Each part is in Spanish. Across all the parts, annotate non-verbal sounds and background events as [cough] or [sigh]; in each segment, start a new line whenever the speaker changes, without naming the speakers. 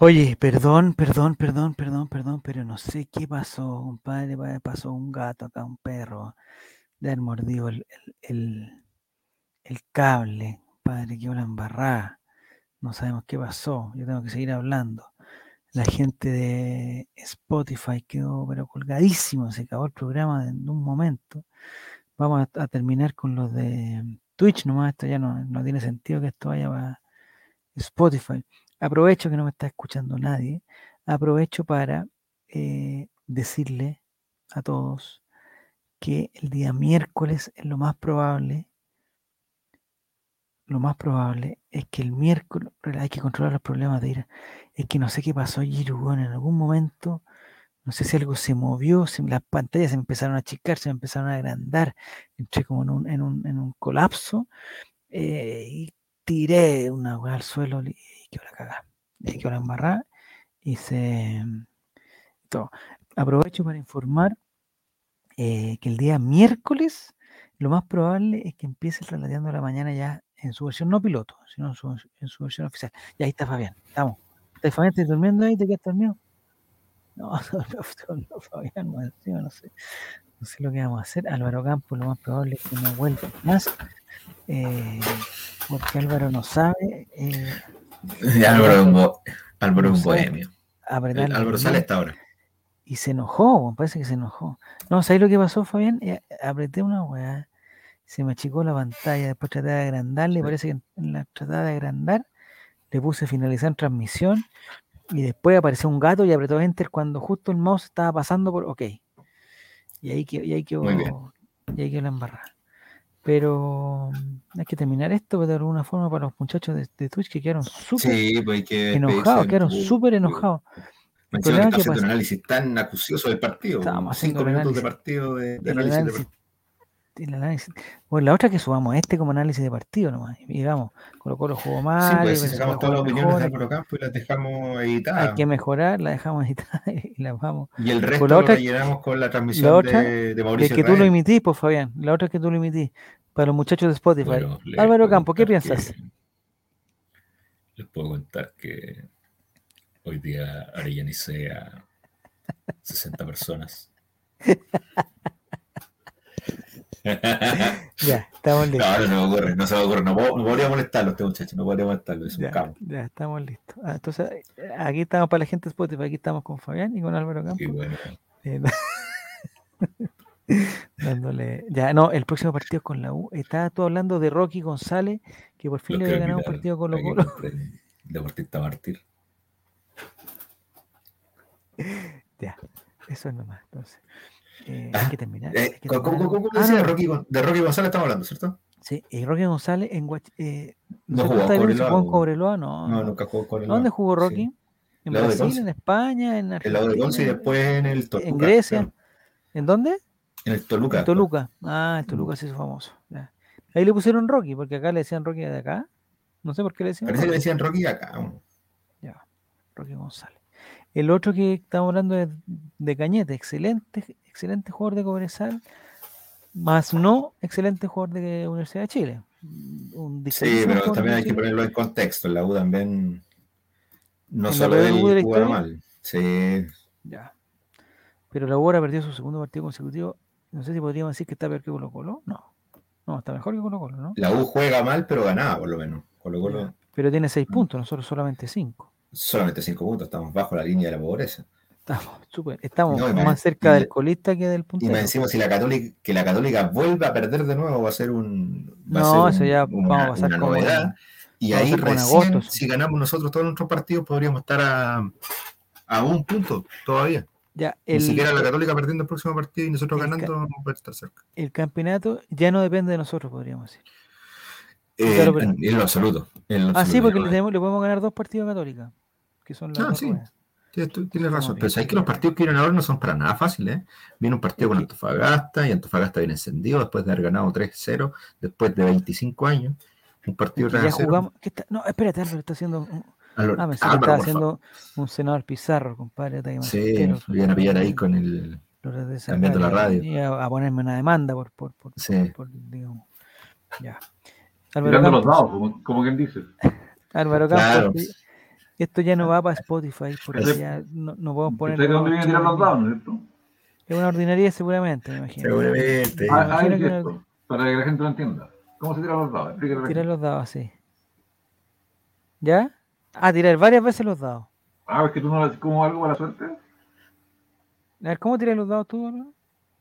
Oye, perdón, perdón, perdón, perdón, perdón, pero no sé qué pasó, compadre. pa- Pasó un gato acá, un perro. Le han mordido el, el, el- el cable, compadre. Quedó la embarrada. No sabemos qué pasó. Yo tengo que seguir hablando. La gente de Spotify quedó pero colgadísimo. Se acabó el programa de- en un momento. Vamos a, a terminar con los de Twitch nomás. Esto ya no, no tiene sentido que esto vaya para Spotify. Aprovecho que no me está escuchando nadie. Aprovecho para eh, decirle a todos que el día miércoles es lo más probable. Lo más probable es que el miércoles pero hay que controlar los problemas de ira. Es que no sé qué pasó, Girugón. En algún momento, no sé si algo se movió, se- las pantallas se me empezaron a achicar, se me empezaron a agrandar. Entré como en un, en un, en un colapso eh, y tiré una weá al suelo li- y quedó la cagada. Y quedó la embarrada y se. Todo. Aprovecho para informar eh, que el día miércoles lo más probable es que empiece el Relateando la Mañana ya en su versión no piloto, sino en su, en su versión oficial. Y ahí está Fabián, estamos. ¿Estás Fabián? ¿Estás durmiendo ahí? ¿Te quedas dormido? No, [laughs] no, no, no, Fabián, más encima, no sé. No sé lo que vamos a hacer. Álvaro Campos lo más probable es que no vuelva más. eh, porque Álvaro no sabe eh,
Álvaro es un, bo- Álvaro es un
No sé.
bohemio. El-
apretar los
Eh, Álvaro
botones.
sale hasta ahora.
Y se enojó, weón, parece que se enojó. No, ¿sabes lo que pasó, Fabián? Eh, apreté una weá, se me achicó la pantalla, después traté de agrandarla y parece que en- en la tratada de agrandar le puse finalizar transmisión y después apareció un gato y apretó enter cuando justo el mouse estaba pasando por OK. Y ahí quedó, y ahí quedó,
Muy bien.
y ahí quedó la embarrada. Pero mm, hay que terminar esto de alguna forma para los muchachos de, de Twitch que quedaron súper
Sí, pues hay que.
enojados,
despedirse.
quedaron
Uh,
súper enojados. El
Me encima que
problema
está
que
haciendo un
pasa-
análisis tan acucioso del partido.
Estábamos haciendo
Cinco
un
minutos de
análisis.
partido de, de
El
análisis. de
análisis- el análisis. Bueno, la otra es que subamos este como análisis de partido nomás. Y vamos, colocó los juegos mal,
Sí, pues
Everton
si sacamos
jugó
todas las
mejor,
opiniones de
hay que-
Álvaro Campo y las dejamos
hay
editadas.
que mejorar, la dejamos [laughs] editada y la vamos.
Y el resto
Pues la
lo
otra-
rellenamos con la transmisión
otra
de, de
Y es
Mauricio
que tú lo
Israel.
imitís, pues Fabián. La otra es que tú lo imitís. Para los muchachos de Spotify.
Bueno, les
Álvaro
puedo
Campo, ¿qué
contar
piensas?
que- les puedo contar que hoy día arellanicé a 60 personas. no,
Ya, estamos
[laughs]
listos.
no se me ocurre, no se me ocurre. No, puedo- no podría molestarlo este muchacho, no podría molestarlo, es un
Ya,
cabo.
ya, estamos listos. Ah, entonces, eh, aquí estamos para la gente de Spotify. Aquí estamos con Fabián y con Álvaro Campo.
Y bueno,
eh, [laughs] dándole. Ya, no, el próximo partido es con la U. Estaba tú hablando de Rocky González, que por fin
los
le
quiero
había ganado un
invitar
partido con
a
los
que
Colo.
compren Deportista Mártir.
Eso es nomás. Entonces, eh,
Ah,
hay que terminar.
Eh,
hay que
¿Cómo,
terminar
cómo- cómo-
algo.
cómo
Ah,
decía
no,
Rocky Gon- de Rocky González estamos hablando, ¿cierto?
sí, y Rocky González en Guach- eh,
No
sé, ¿tú
jugó
estás viendo si
Cobreloa,
jugó en
¿no?
Cobreloa? No,
No,
no.
nunca jugó con el
¿Dónde
Lado.
jugó
Sí.
Rocky? ¿En
Lado de
Brasil,
Conce.
en España, en
El
Argentina?
lado de Conce y
en-
después en el Toluca.
en Grecia.
claro.
¿En dónde?
En el
En
Toluca.
Toluca. Ah, en
Mm.
Toluca se hizo famoso. ya. Ahí le pusieron Rocky, porque acá le decían Rocky de acá. No sé por qué le decían
Parece que le
Rocky.
decían Rocky acá. ¿no?
Ya, Rocky González. El otro que estamos hablando es de Cañete, excelente, excelente jugador de Cobresal, más no excelente jugador de Universidad de Chile. Un dignísimo
Sí, pero
jugador
también
de
hay que
Chile.
ponerlo en contexto. En la U también. No
¿En la
solo
peor U de la
él jugaba
historia?
mal. Sí.
Ya. Pero la U ahora perdió su segundo partido consecutivo. No sé si podríamos decir que está peor que Colo Colo. No. No, está mejor que Colo Colo, ¿no?
La U juega mal, pero ganaba por lo menos. Colo Colo
Ya. Pero tiene seis
Mm.
puntos, nosotros solamente cinco.
solamente cinco puntos. Estamos bajo la línea de la pobreza.
Estamos súper, estamos
No, y más-
más cerca
y
del
le-
colista que del
Y me
puntero.
decimos si la católica, que la católica vuelva a perder de nuevo va a ser un va
No,
a
eso
ser un-
ya
una,
vamos a pasar
una
como en-
novedad. Y
vamos a
ahí
pasar como en
recién,
agosto eso.
si ganamos nosotros todos nuestros partidos, podríamos estar a, a un punto todavía.
Ya,
Ni
el,
siquiera la Católica perdiendo el próximo partido y nosotros
el ca-
ganando vamos a poder estar cerca.
el campeonato ya no depende de nosotros, podríamos decir.
Eh,
Ya lo
en, en lo absoluto. En lo
Ah, sí,
absoluto,
porque
yo
le,
no-
tenemos- le podemos ganar dos partidos a Católica, que son las
Ah,
dos
sí,
ruedas.
tienes, tú- tienes
Estamos
razón.
bien.
Pero sabes que los partidos que vienen ahora no son para nada fáciles. ¿eh? Viene un partido con Antofagasta y Antofagasta viene encendido después de haber ganado 3-0, después de 25 años. Un partido
Es que ya
3-0.
jugamos. ¿qué está? No, espérate, Álvaro está haciendo. un-
Álvaro,
Ah, pensé que
Álvaro,
estaba
por favor.
haciendo un senador Pizarro, compadre. hasta que me
Sí,
asusté,
me
lo-
iban a pillar ahí
lo-
con el.
lo traté de
cambiando
sacar y
la
a-
radio.
y a, a ponerme una demanda por. por, por,
Sí.
por- por, digamos, ya. Álvaro
Tirando los
Campos,
dados, como, como quien dice.
Álvaro Campos,
Claro.
pi- Esto ya no va para Spotify porque ya no, no podemos poner.
Usted también tirar los downs, ¿cierto?
Es una ordinaria seguramente, me imagino.
Seguramente.
Ah, ah,
imagino
es
que
esto,
no-
Para que la gente lo entienda. ¿Cómo se tiran los dados? Explíquele a la
Tirar
gente.
los dados así. ¿Ya? Ah, tirar varias veces los dados.
Ah, es que tú no haces como algo para la suerte.
A ver, ¿cómo tiras los dados tú, Álvaro?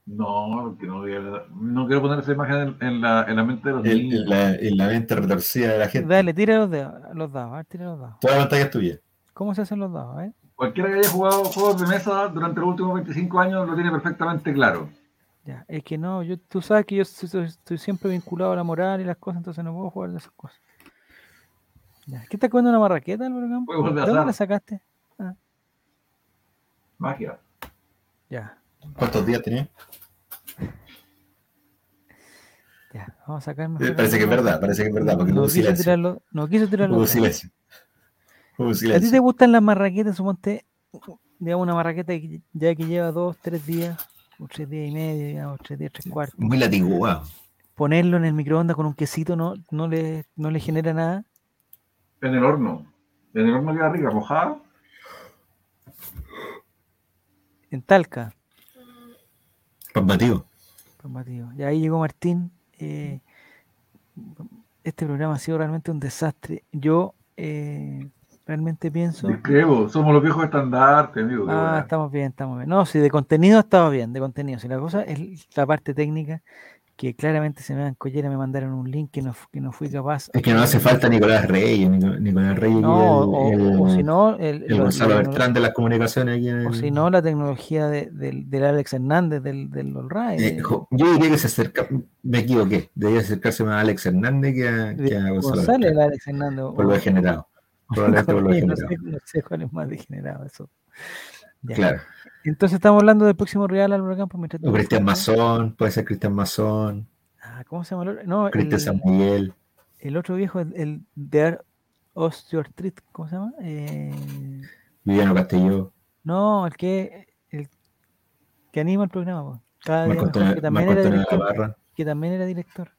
No, porque no, voy a- no quiero poner esa imagen en, en la, en la mente de los
El-
niños.
el- la, el- la mente retorcida de la gente.
Dale, tira los dados. Los dados, a ver, tira los dados.
Toda la pantalla es tuya.
¿Cómo se hacen los dados? A ver.
Cualquiera que haya jugado juegos de mesa durante los últimos 25 años lo tiene perfectamente claro.
Ya, es que no, yo, tú sabes que yo estoy, estoy- estoy siempre vinculado a la moral y las cosas, entonces no puedo jugar de esas cosas. Ya, ¿Qué estás comiendo una marraqueta, Álvaro Campo?
Juegos de
¿De
azar.
dónde la sacaste?
Magia.
Ya,
¿Cuántos días tenía?
ya, vamos a sacar
Eh,
mejor
Parece que es
algunos.
verdad, parece que es verdad, porque no
no,
hubo
quiso
silencio.
tirarlo, no quiso tirarlo.
Hubo silencio. Hubo
¿A ti te
silencio.
gustan las marraquetas? Suponte, digamos, una marraqueta que ya que lleva dos, tres días, o tres días y medio, digamos, tres días, tres cuartos.
Muy latigua.
Ponerlo en el microondas con un quesito no, no, le, no le genera nada.
En el horno. En el horno queda rica, mojada.
En Talca,
Combativo.
pues, Matías. Y ahí llegó Martín. eh, este programa ha sido realmente un desastre. Yo eh, realmente pienso.
Discrepo, somos los viejos estandartes, amigo. qué
Ah,
buena.
estamos bien, estamos bien. No, si de contenido estaba bien, de contenido. Si la cosa es la parte técnica, que claramente se me dan collera, me mandaron un link que no, fu- que no fui capaz.
Es que no hace falta Nicolás Reyes. Nico- Nicolás Reyes
No, o,
y el, el-
o si no, el,
el
lo-
Gonzalo
lo-
Bertrán de las comunicaciones aquí en el-
o si no, la tecnología de- del, del Alex Hernández, del, del All Right,
Eh,
de-
jo- yo diría que se acerca, me equivoqué, debía acercarse más a Alex Hernández que a,
de
que a Gonzalo.
González, el
Bertrán,
Alex Hernández. o-
por lo degenerado. Probablemente por
[laughs]
lo
Oye, no,
degenerado.
sé, no sé cuál es más degenerado eso. Ya.
Claro.
Entonces estamos hablando del próximo Real Álvaro Campos. mientras tú
O Cristian
buscas,
Mazón, puede ser Cristian Mazón,
Ah, ¿Cómo se llama? el otro? No,
Cristian
el-
San Miguel.
El otro viejo, el, el de Ar- Osteoartrit, ¿cómo se llama? Eh,
Viviano Castelló,
no, el que, el que anima el programa, po. cada día
Marco
mejor,
Antonio
que Ah, también
Marco
era
Antonio
director,
Navarra.
que también era director.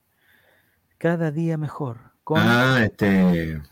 Cada día mejor, con
Ah, este.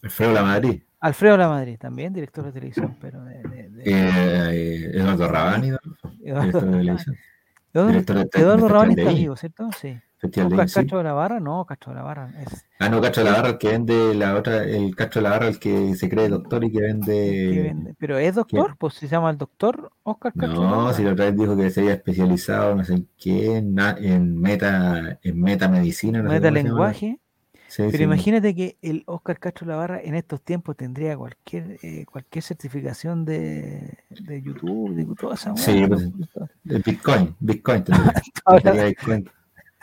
Alfredo La Madrid,
Alfredo La Madrid, también director de televisión, pero de, de- de-
eh, Eduardo Rabani, ¿no?
Eduardo,
director de
Rabani.
televisión,
[laughs] Eduardo-
director de te-
Eduardo
de
Rabani
Festival
está
de Viña,
vivo, ¿cierto? Sí.
Festival de
¿Buscas
Viña, sí.
Castro de la Barra? No, Castro de la Barra. Es,
Ah, no, Cacho de la Barra, el que vende la otra, el Cacho de la Barra, el que se cree doctor y que
el que
vende.
vende- pero es doctor, pues se llama el doctor Oscar Castro. de la
No,
Barra.
si la otra vez dijo que se había especializado no sé en qué, en, na- en meta, en metamedicina, no sé
Meta
cómo se llama.
lenguaje.
Sí,
Pero
sí.
imagínate que el Oscar Castro Lavarra en estos tiempos tendría cualquier eh, cualquier certificación de, de YouTube, de toda esa
Sí,
weá,
pues,
¿no?
Eh, Bitcoin,
[laughs]
Bitcoin tendría.
ahora,
[laughs] Tendría Bitcoin.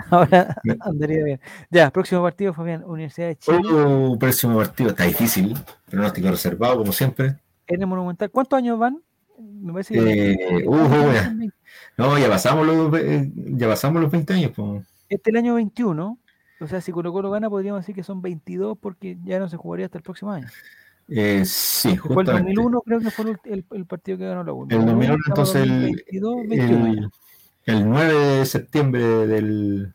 ahora
me-
[laughs] andaría bien. Ya, próximo partido, Fabián, Universidad de Chile,
Uh, próximo partido, está difícil, pronóstico reservado, como siempre.
en el Monumental. ¿Cuántos años van? Me parece que. este
Eh, uh, uh, ya. No, ya pasamos los, eh, ya pasamos los 20 años, po.
Este es el año 21. O sea, si Colo Colo gana, podríamos decir que son 22 porque ya no se jugaría hasta el próximo año.
Eh, sí,
Fue el
justamente.
2001, creo que fue el, ulti- el- el partido que ganó la U.
El 2001, entonces, el-
22, 21 ya.
el, el 9 de septiembre del,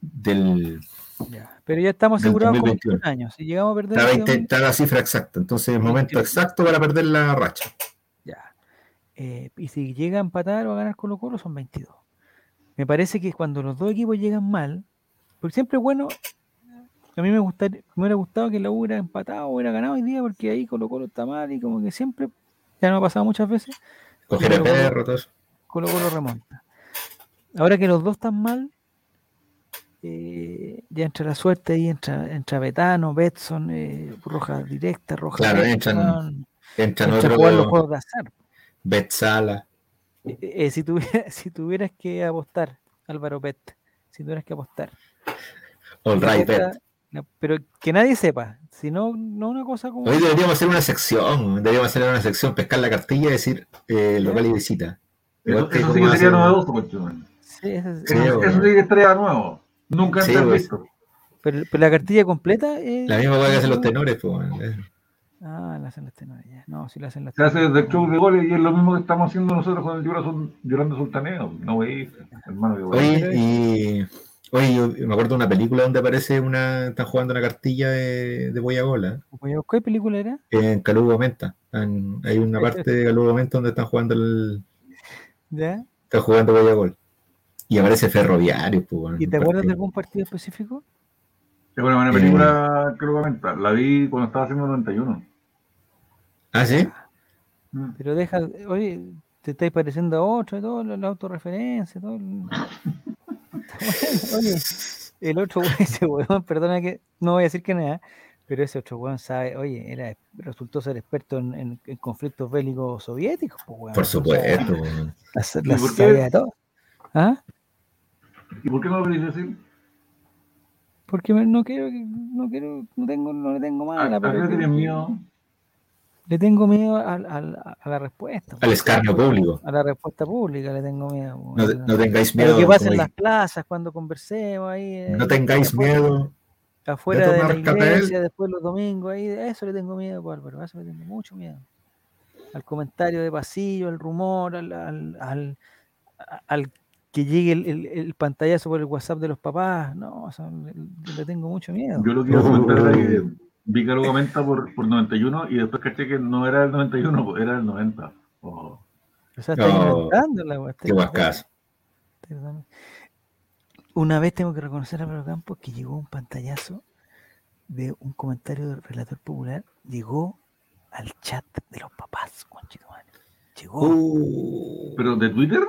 del
Ya, Pero ya estamos
Del
asegurados con
2021.
21 años. Si llegamos a perder
Está,
este
20
domingo,
está la cifra exacta, entonces es momento
21.
exacto para perder la racha.
ya. Eh, y si llega a empatar o a ganar Colo Colo, son 22. Me parece que cuando los dos equipos llegan mal, porque siempre es bueno, a mí me, gustaría, me hubiera gustado que la U hubiera empatado o hubiera ganado hoy día, porque ahí Colo Colo está mal y como que siempre, ya nos ha pasado muchas veces,
Coger
Pero
a
bueno.
perro, todo eso.
Colo Colo remonta. Ahora que los dos están mal, eh, ya entra la suerte ahí, entra, entra Betano, Betson, eh, roja directa, roja
Claro,
directa,
entran-
weón.
Entran
Entra a jugar los
otros
juegos de azar.
Betsala.
Eh, eh, si, tuviera- [laughs] si tuvieras que apostar, Álvaro Pet, si tuvieras que apostar.
All right,
apuesta-
Bet.
no, pero que nadie sepa, si no, no una cosa como...
Hoy deberíamos hacer una sección, deberíamos hacer una sección, pescar la cartilla y decir eh, local y visita.
Eso,
Igual que
eso sí
como
que sería
hacen-
novedoso, cochón.
Sí, esa es- ah,
Sí,
esa es-
Eso,
bueno.
eso sí que estaría nuevo. Nunca antes
Sí, pues.
visto.
pero, pero la cartilla completa... es-
La misma cosa que hacen los
no.
tenores, po, man. Eh,
Ah, la hacen los tenores, ya. No, si la hacen los
Se hace desde el
tenores.
club de goles y es lo mismo que estamos haciendo nosotros con el Llorando Sul- Llorando Sultaneo. No, güey, hermano. qué güey.
Oye, y Oye, yo me acuerdo de una película donde aparece una. Están jugando una cartilla de, de Boyagola.
¿Qué película era?
En Calugo Menta. En- hay una parte de Calugo Menta donde están jugando el.
¿Ya?
Están jugando Boyagol. Y aparece Ferroviario, pues, bueno,
¿Y te
un
acuerdas de
partido.
algún partido específico?
Es una buena
Eh.
película que lo comenta. La vi cuando estaba haciendo 91.
Ah, sí.
Mm.
Pero deja, oye, te estáis pareciendo a otro, y todo, la, la autorreferencia, todo. el- [laughs] oye, el otro weón, [laughs] ese weón, perdona que no voy a decir que nada, pero ese otro weón sabe, oye, era, resultó ser experto en, en- en conflictos bélicos soviéticos, pues, weón.
Por
o sea, [laughs]
supuesto. weón.
La, sa-
¿Y
la
por qué?
sabía de todo. ¿Ah?
¿Y por qué no lo queréis decir?
Porque me- no quiero, que- no quiero, no tengo, no le tengo
¿A,
mala,
a qué
pero
le
Ah, que-
Ah, tienes miedo?
le tengo miedo al- al- a, la respuesta.
Al escarnio público.
A la respuesta pública le tengo miedo. po,
No, te-
weón.
no tengáis
Pero
miedo.
que pasa
como
en
dije.
las plazas cuando conversemos ahí. eh,
No tengáis
afuera-
miedo.
Afuera de la
tomar café.
iglesia, después los domingos, ahí. A eso le tengo miedo, po, Álvaro. A eso le tengo mucho miedo. Al comentario de pasillo, al rumor, al, al, al, a- al que llegue el, el- el pantallazo por el WhatsApp de los papás. No, eso le, le tengo mucho miedo.
Yo lo que iba a comentar era que vi que lo comenta por, por 91 y después caché que no era el 91, pues, era el 90. Oh.
O sea, estáis
No,
inventándola, po,
Qué
estáis [laughs]
guascazo.
Perdón. Una vez tengo que reconocer a Álvaro Campos que llegó un pantallazo de un comentario del relator popular, llegó al chat de los papás, conchetumare. Llegó
Uh,
¿Pero de Twitter?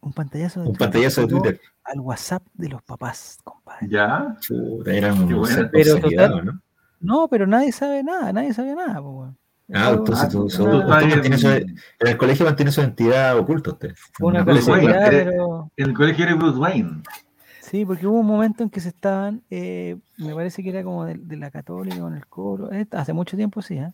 un pantallazo de
un
Twitter,
pantallazo de
llegó
Twitter.
al WhatsApp de los papás, compadre.
¿Ya?
Chuta, era un
Qué bueno.
ser
Pero
obsequiado,
total-
¿no?
No, pero nadie sabe nada, nadie sabe nada. po, weón.
Ah,
Fue
entonces tú-
una-
tú-
una-
usted mantiene su- En el colegio mantiene su identidad oculta usted.
fue una
Una cosa-
Wayne,
casualidad,
eres-
pero...
En el colegio era Bruce Wayne.
Sí, porque hubo un momento en que se estaban, eh, me parece que era como de, de la católica con el coro, eh, hace mucho tiempo sí, ¿ah?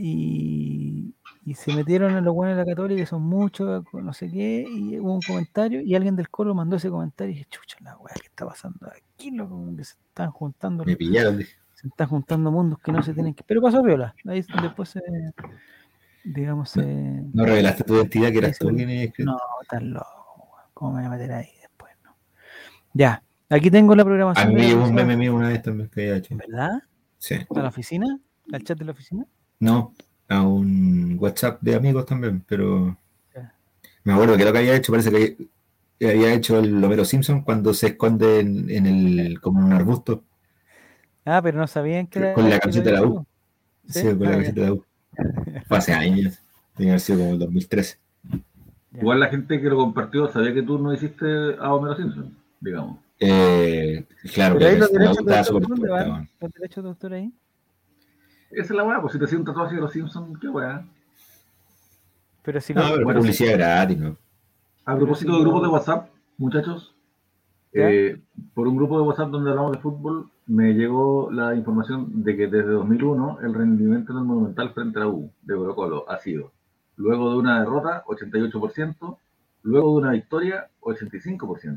y, y se metieron en los buenos de la católica, que son muchos, con no sé qué, y hubo un comentario, y alguien del coro mandó ese comentario, y dije, chucha, la weá, ¿qué está pasando aquí? Loco, como que se están juntando,
Me pillaron. dije.
se están juntando mundos que no se tienen que... Pero pasó viola, ahí después se, digamos, se...
No revelaste tu identidad, que eras
Eso.
tú quien había escrito.
No, tan loco, weón. ¿Cómo me voy a meter ahí después? No. Ya, aquí tengo la
A
programación.
mí
de
me
la
llegó un
próxima-
meme mío una vez también que había hecho.
¿Verdad?
Sí.
¿A la oficina? ¿Al chat de la oficina?
No, a un WhatsApp de amigos también, pero
Ya.
me acuerdo que lo que había hecho, parece que que había hecho el Homero Simpson cuando se esconde en, en el, como en un arbusto
Ah, pero no sabían que era-
con la
que lo
camiseta de la
había
U.
hecho.
Sí,
¿Sí?
con la
Ah, ya,
camiseta de la
[laughs]
U. Fue hace años, tenía que haber sido como el 2013.
ya.
Igual la gente que lo compartió sabía que tú no hiciste a Homero Simpson, digamos.
Eh, claro,
Pero ahí
que
los
la U
derechos de
estaba
autor,
súper
¿dónde
puesta,
van?
weón.
¿Los derechos de autor ahí?
Esa es la weá, pues si te hacía un tatuaje de los Simpsons, qué weá.
Pero si
No,
lo-
pero
bueno,
publicidad gratis, ¿no?
A propósito de grupos de WhatsApp, muchachos,
¿Ya?
eh, por un grupo de WhatsApp donde hablamos de fútbol, me llegó la información de que desde 2001 el rendimiento del Monumental frente a la U de Colo Colo ha sido, luego de una derrota, 88%, luego de una victoria, 85%,